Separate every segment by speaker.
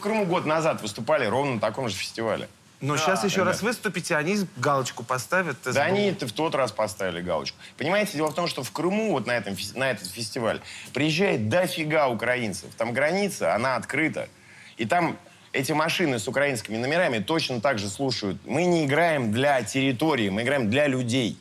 Speaker 1: Крыму год назад выступали ровно на таком же фестивале.
Speaker 2: Но сейчас еще
Speaker 1: да.
Speaker 2: раз выступите, они галочку поставят. э, СБУ.
Speaker 1: Да они это в тот раз поставили галочку. Понимаете, дело в том, что в Крыму, вот на, этом, фес- на этот фестиваль, приезжает дофига украинцев. Там граница, она открыта. И там эти машины с украинскими номерами точно так же слушают. Мы не играем для территории, мы играем для людей.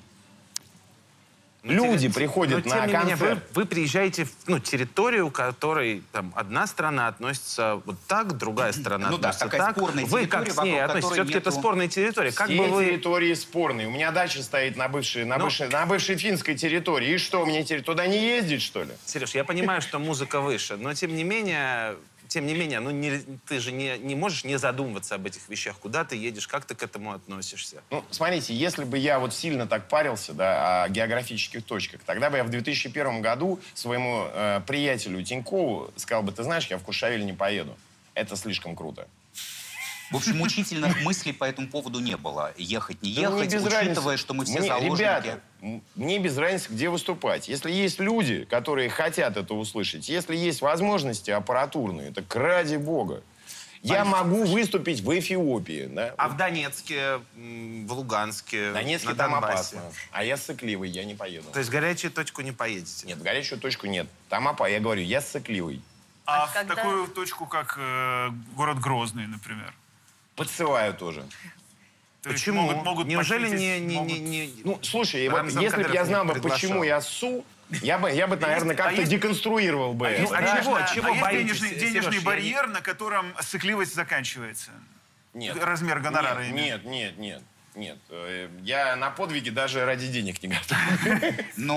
Speaker 1: Люди
Speaker 2: Тем-
Speaker 1: приходят
Speaker 2: но,
Speaker 1: на
Speaker 2: тем не менее,
Speaker 1: концерт.
Speaker 2: вы, вы приезжаете в ну, территорию, к которой там одна страна относится вот так, другая страна
Speaker 3: Ну да,
Speaker 2: относится
Speaker 3: такая
Speaker 2: так.
Speaker 3: спорная
Speaker 2: Вы как
Speaker 3: территория,
Speaker 2: с ней
Speaker 3: вокруг
Speaker 2: относитесь?
Speaker 3: которой
Speaker 2: Все-таки это
Speaker 3: нету-
Speaker 2: спорная территория. Как
Speaker 1: Все
Speaker 2: бы вы...
Speaker 1: территории спорные. У меня дача стоит на бывшей, на,
Speaker 2: Ну.
Speaker 1: бывшей, на бывшей финской территории. И что, мне теперь туда не ездить, что ли?
Speaker 2: Сереж, я понимаю, что музыка выше, но тем не менее... Тем не менее, ну не- ты же не, не можешь не задумываться об этих вещах. Куда ты едешь, как ты к этому относишься?
Speaker 1: Ну, смотрите, если бы я вот сильно так парился, да, о географических точках, тогда бы я в 2001 году своему э, приятелю Тинькову сказал бы, ты знаешь, я в Куршавель не поеду. Это слишком круто.
Speaker 3: В общем, мучительных мыслей по этому поводу не было. Ехать, не
Speaker 1: Да мне
Speaker 3: ехать,
Speaker 1: без
Speaker 3: учитывая,
Speaker 1: разницы.
Speaker 3: что мы все
Speaker 1: Мне-
Speaker 3: заложники.
Speaker 1: Ребята, м- мне без разницы, где выступать. Если есть люди, которые хотят это услышать, если есть возможности аппаратурные, так ради бога. Я могу выступить в Эфиопии, да?
Speaker 2: А в Донецке, м, в Луганске,
Speaker 1: в Донецке
Speaker 2: на
Speaker 1: там
Speaker 2: Донбассе?
Speaker 1: опасно. А я сыкливый, я не поеду.
Speaker 2: То есть в горячую точку не поедете?
Speaker 1: Нет, в горячую точку нет. Там опа, я говорю, я сыкливый.
Speaker 4: А,
Speaker 5: А
Speaker 4: в
Speaker 5: когда-
Speaker 4: такую точку, как э, город Грозный, например.
Speaker 1: Подсываю тоже.
Speaker 4: То есть
Speaker 2: Почему?
Speaker 4: могут- могут
Speaker 2: Неужели не,
Speaker 4: похитить,
Speaker 2: не,
Speaker 4: могут-
Speaker 2: не, не-
Speaker 1: Ну, слушай,
Speaker 2: Рамзан
Speaker 1: вот если бы
Speaker 2: Кадыров
Speaker 1: я
Speaker 2: не
Speaker 1: знал бы,
Speaker 2: приглашал.
Speaker 1: почему я су, я бы, я бы, наверное,
Speaker 4: если- а
Speaker 1: как-то
Speaker 4: если-
Speaker 1: деконструировал бы
Speaker 2: если-
Speaker 1: это.
Speaker 2: а
Speaker 1: да?
Speaker 2: чего-
Speaker 4: Конечно.
Speaker 2: чего
Speaker 4: а есть
Speaker 2: боитесь,
Speaker 4: денежный,
Speaker 2: Сереж,
Speaker 4: денежный
Speaker 2: я не-
Speaker 4: барьер, на котором сыкливость заканчивается?
Speaker 1: Нет.
Speaker 4: Размер гонорара
Speaker 1: нет,
Speaker 4: именно.
Speaker 1: нет, нет, нет, нет. Э, Я на подвиги даже ради денег не готов.
Speaker 3: Но